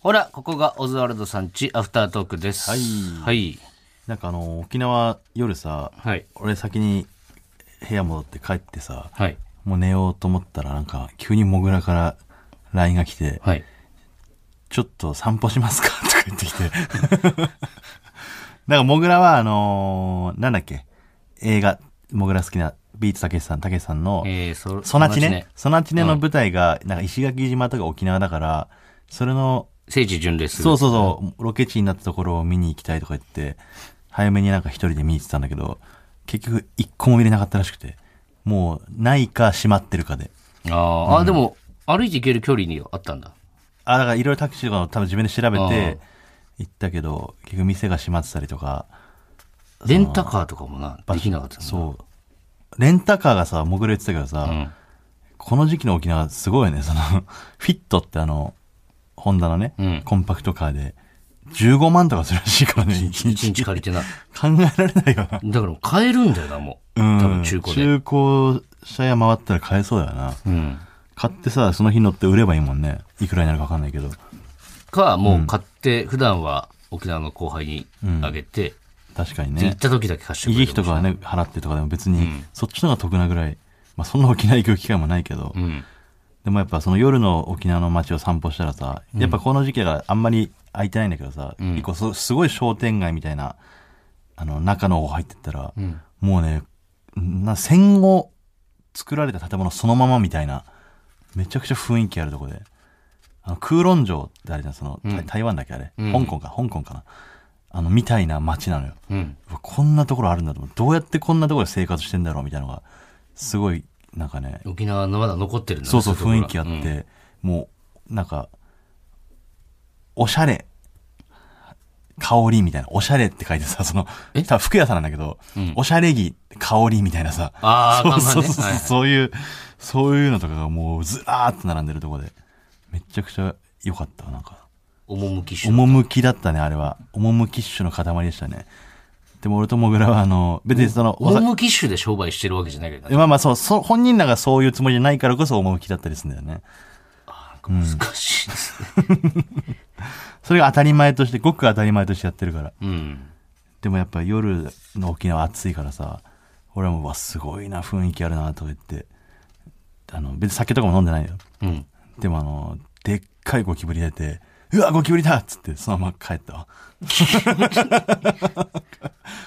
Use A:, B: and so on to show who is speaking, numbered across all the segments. A: ほら、ここがオズワルドさんち、アフタートークです。
B: はい
A: はい。
B: なんかあの沖縄夜さ、
A: はい
B: 俺先に部屋戻って帰ってさ、
A: はい。
B: もう寝ようと思ったらなんか急にモグラから LINE が来て、
A: はい。
B: ちょっと散歩しますか とか言ってきて。なんか、モグラは、あのーなんだっけ、映画、モグラ好きな、ビートたけしさん、たけしさんの、
A: えー、そ、
B: ソナチネ
A: ね。
B: ソナチネの舞台が、なんか石垣島とか沖縄だから、それの、
A: 聖地巡礼する。
B: そうそうそう、ロケ地になったところを見に行きたいとか言って、早めになんか一人で見に行ってたんだけど、結局一個も見れなかったらしくて、もう、ないか閉まってるかで。
A: あーあ、でも、歩いて行ける距離にあったんだ。
B: あ、だからいろいろタクシーとかも多分自分で調べ
A: ああ
B: て行ったけど、結局店が閉まってたりとか、
A: レンタカーとかもな、できなかったう。
B: そう。レンタカーがさ、潜れてたけどさ、
A: うん。
B: この時期の沖縄すごいよね、その、 フィットってあの、ホンダのね、
A: うん
B: コンパクトカーで、15万とかするらしいからね、一
A: 一日借りてな。
B: 考えられないよな。
A: だから買えるんだよな、もう。多分中古で。
B: 中古車屋回ったら買えそうだよな。
A: うん。
B: 買ってさ、その日乗って売ればいいもんね。いくらになるかわかんないけど。
A: か、もう買って、普段は沖縄の後輩にあげて、
B: 確かに
A: で行
B: ね
A: っ。た時だけ貸して
B: 維
A: く
B: 持
A: れ
B: 費
A: る
B: とかはね、払ってとかでも別に、そっちの方が得なぐらい。まあそんな沖縄行く機会もないけど。
A: うん。
B: でもやっぱその夜の沖縄の街を散歩したらさ、やっぱこの時期だからあんまり空いてないんだけどさ、一個そすごい商店街みたいな、あの中の方入ってったら、もうね、な戦後作られた建物そのままみたいな、めちゃくちゃ雰囲気あるとこで、あの空論城ってあれじゃん、その、台台湾だっけあれ、香港か、香港かな。あの、みたいな街なのよ。
A: うん。
B: うわこんなところあるんだと思う。どうやってこんなところで生活してんだろうみたいなのが、すごい、なんかね、
A: 沖縄のまだ残ってるんだね
B: そうそう、
A: いとこ
B: 雰
A: ろ
B: 囲
A: が
B: 気あって、
A: うん
B: もう、なんか、おしゃれ、香りみたいな、おしゃれって書いてさ、その、
A: え
B: 多分服屋さんなんだけど、おしゃれ着、香りみたいなさ、
A: あー
B: そうそう
A: 看板ね
B: そう
A: はいはい
B: そういう、そういうのとかがもうずらーっと並んでるとこで、めちゃくちゃ良かったわなんか。
A: 趣種
B: 趣だったね、あれは。趣っ種の塊でしたね。でも俺とモグラは、あの、別にその、おさ
A: 趣種で商売してるわけじゃないけどな
B: まあまあそう、そう、本人らがそういうつもりじゃないからこそ趣だったりするんだよね。
A: 難しい ですね
B: それが当たり前として、ごく当たり前としてやってるから。
A: うん
B: でもやっぱ夜の沖縄暑いからさ、俺も、うわ、すごいな、雰囲気あるな、とか言って。あの、別に酒とかも飲んでないよ。
A: うん
B: でもあの、でっかいゴキブリ出て、うわ、ゴキブリだっつって、そのまま帰ったわ。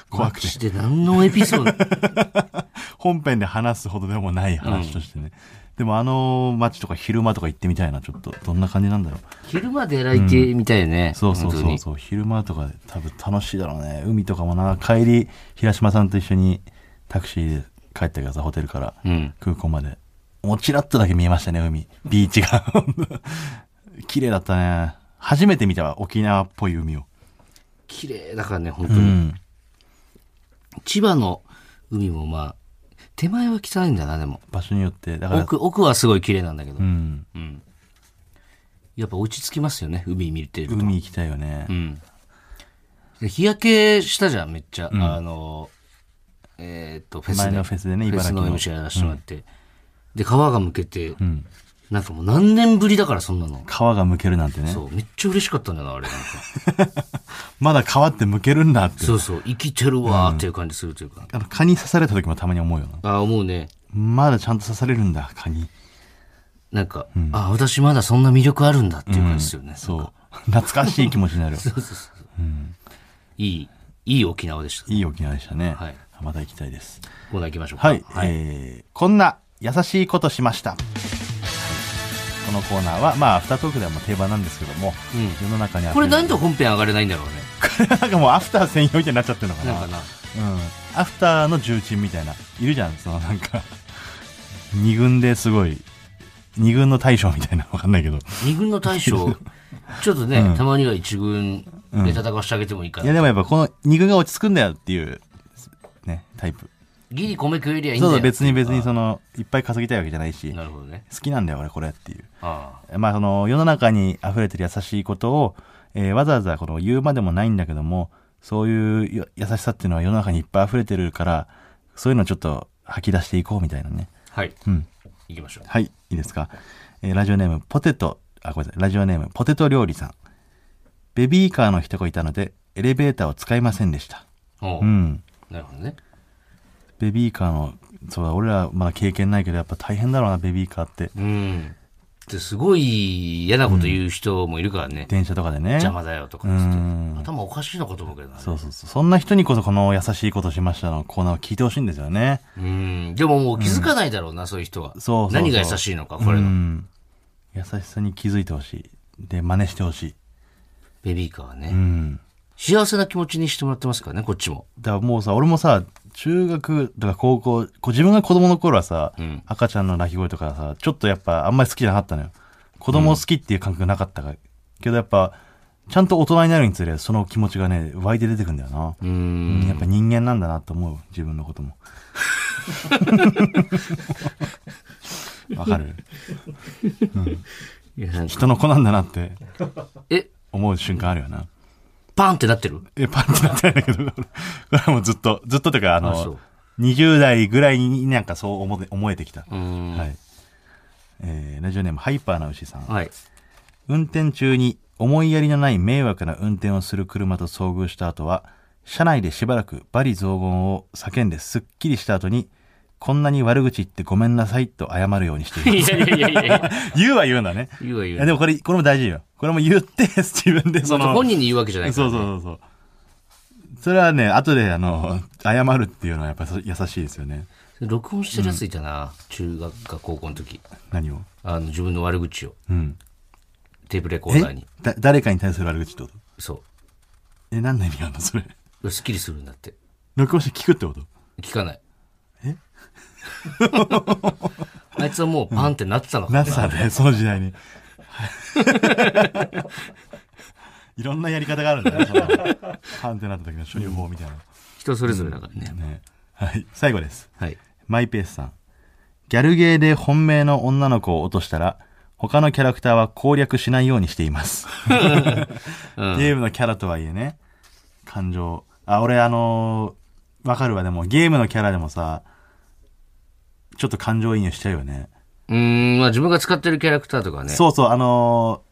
B: 怖くて
A: マ。ジで何のエピソー ド
B: 本編で話すほどでもない話としてね。でもあの街とか昼間とか行ってみたいな、ちょっと。どんな感じなんだろう。
A: 昼間で来てみたいね
B: そうそ
A: 本
B: う
A: 当
B: そう
A: に
B: そう昼間とか多分楽しいだろうね海とかもな帰り平島さんと一緒にタクシーで帰ったけどさホテルから、
A: うん
B: 空港までもうちらっとだけ見えましたね海ビーチが 綺麗だったね初めて見たわ沖縄っぽい海を
A: 綺麗だからね本
B: う
A: 当に、
B: ん
A: 千葉の海もまあ手前は汚いんだなでも
B: 場所によってだから
A: 奥奥はすごい綺麗なんだけど、
B: うん
A: やっぱ落ち着きますよね海見てると
B: 海行きたいよね、
A: うんで日焼けしたじゃんめっちゃ、あのえっ、とフェスで
B: 前のフェスでね
A: フェ
B: 茨
A: ス
B: 城の
A: の MC やらせてもらって、で皮がむけて、なんかもう何年ぶりだからそんなの、
B: 皮がむけるなんてね
A: そうめっちゃ嬉しかったんだよなあれなんか
B: まだ皮ってむけるんだって
A: そうそう生きてるわーっていう感じするというか、
B: あの蚊に刺された時もたまに思うよな
A: ああもうね
B: まだちゃんと刺されるんだ蚊に
A: なんか、あ私まだそんな魅力あるんだっていう感じですよね、
B: そう懐かしい気持ちになる
A: そうそうそう、いいいい沖縄でした
B: いい沖縄でしたね。
A: はい
B: また行きたいです。
A: コーナー行きましょうか
B: はい。えーこんな優しいことしました。はいこのコーナーは、まあ、アフタートークではもう定番なんですけども、
A: う
B: 世の中にあふ
A: これ
B: れる
A: なんで本編上がれないんだろうね
B: なんかもうアフター専用みたいになっちゃってるのかな。
A: なんかな
B: うん。アフターの重鎮みたいな。いるじゃん、そのなんか、二軍ですごい、二軍の大将みたいな、わかんないけど。
A: 二軍の大将、ちょっとね、たまには一軍で戦わしてあげてもいいか
B: い
A: な。
B: や、でもやっぱこの二軍が落ち着くんだよっていう、ね、タイプ。
A: ギリ米食えりゃいいんだ
B: そ
A: よ。
B: うそう、別に別にその、いっぱい稼ぎたいわけじゃないし、
A: なるほどね。
B: 好きなんだよ、俺これっていう。
A: あ
B: まあ、その世の中に溢れてる優しいことを、えーわざわざこの言うまでもないんだけどもそういうよ優しさっていうのは世の中にいっぱい溢れてるからそういうのをちょっと吐き出していこうみたいなね
A: あ。はい。
B: うん
A: 行きましょう。
B: はいいいですか、えーラジオネームポテトあごめんなさいラジオネームポテト料理さんベビーカーの人がいたので、エレベーターを使いませんでした。
A: おう
B: うん。
A: なるほどね。
B: ベビーカーの、そうだ、俺らまだ経験ないけど、やっぱ大変だろうな、ベビーカーって。
A: うん。ですごい嫌なこと言う人もいるからね。
B: 電車とかでね。
A: 邪魔だよとか
B: う
A: っつって。
B: ん。
A: 頭おかしいのかと思うけどな。
B: そうそうそう。そんな人にこそこの優しいことしましたのコーナーを聞いてほしいんですよね。
A: うん。でももう気づかないだろうな、そういう人は。
B: そうそうそう
A: 何が優しいのか、これ
B: う
A: の。
B: ん。優しさに気づいてほしい。で、真似してほしい。
A: ベビーカーはね、
B: うん。
A: 幸せな気持ちにしてもらってますからね、こっちも。
B: だからもうさ、俺もさ、中学とか高校、こう自分が子供の頃はさ、
A: ん
B: 赤ちゃんの泣き声とかさ、ちょっとやっぱあんまり好きじゃなかったのよ。子供好きっていう感覚なかったから。けどやっぱ、ちゃんと大人になるにつれ、その気持ちがね、湧いて出てくんだよな。
A: うん。
B: やっぱ人間なんだなと思う、自分のこ とも。わかる
A: いやなんか
B: 人の子なんだなって
A: え、
B: 思う瞬間あるよな。
A: パーンってなってる
B: え、パンチなったんだけど、これはもうずっと、ずっとというか、あ
A: あそ
B: の
A: う、
B: 20代ぐらいになんかそう思え思えてきた。
A: うん。
B: はい。えーラジオネーム、ハイパーな牛さん。
A: はい。
B: 運転中に思いやりのない迷惑な運転をする車と遭遇した後は、車内でしばらくバリ雑言を叫んですっきりした後に、こんなに悪口言ってごめんなさいと謝るようにしてい
A: い
B: ます。
A: やいやいやいや、
B: 言うは言うんだね。
A: 言うわ言
B: いうや
A: わ。
B: でもこれ、これも大事よ。これも言って、自分でその。
A: 本人に言うわけじゃないから
B: そうそうそうそう。それはね、後で、あの、謝るっていうのはやっぱ優しいですよね。
A: 録音してるやついたな、中学か高校の時
B: 何を。
A: あの自分の悪口を
B: うん。
A: テープレコー
B: え
A: ダーに
B: だ誰かに対する悪口ってこと
A: そ
B: え、何の意味あるのそれ。
A: うすっきりするんだって
B: 録音して聞くってこと
A: 聞かない
B: え
A: あいつはもうパンってなってたのかな、
B: なってたね、その時代に。 いろんなやり方があるんだね、その、パンってなった時の処理法みたいな。
A: 人それぞれだからね、
B: ね。はい、最後です。
A: はい
B: マイペースさん。ギャルゲーで本命の女の子を落としたら、他のキャラクターは攻略しないようにしています。ゲームのキャラとはいえね、感情。あ、俺あのーわかるわ、でもゲームのキャラでもさ、ちょっと感情移入しちゃうよね。
A: うーんまあ自分が使ってるキャラクターとかね
B: そうそう、あの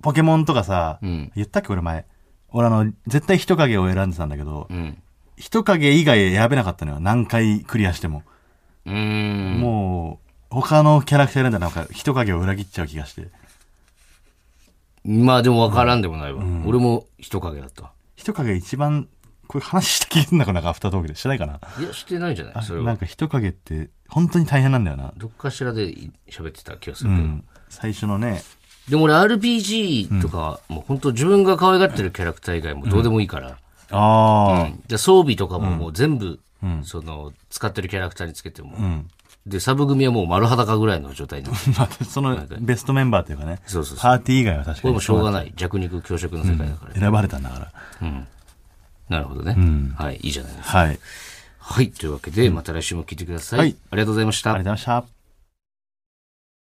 B: ーポケモンとかさ、
A: ん
B: 言ったっけ俺前。俺あの、絶対人影を選んでたんだけど、
A: うん
B: 人影以外選べなかったのよ。何回クリアしても。
A: うーん
B: もう、他のキャラクター選んだらなんか人影を裏切っちゃう気がして。
A: まあでも分からんでもないわ、俺も人影だったわ
B: 人影一番、これ話した気がするのかな、アフタートークで。してないかない
A: やしてないんじゃないそれ
B: な
A: は
B: んか人影って、本当に大変なんだよな。
A: どっかしらで喋ってた気がす
B: う
A: るけど、
B: ん。最初のね、
A: でも俺 RPG とかは、もう本当自分が可愛がってるキャラクター以外もどうでもいいから、
B: ああ、
A: で装備とかももう全部、その使ってるキャラクターにつけても、でサブ組はもう丸裸ぐらいの状態になる
B: まあ、そのベストメンバーというかね、
A: そうそうそう
B: パーティー以外は確
A: こ
B: か
A: れも
B: に
A: しょうがない弱肉強食の世界だから、
B: 選ばれたんだから。
A: なるほどね、はいいいじゃないですか
B: はい。
A: はいというわけでまた来週も聞いてください、
B: はい
A: ありがとうございました
B: ありがとうございました。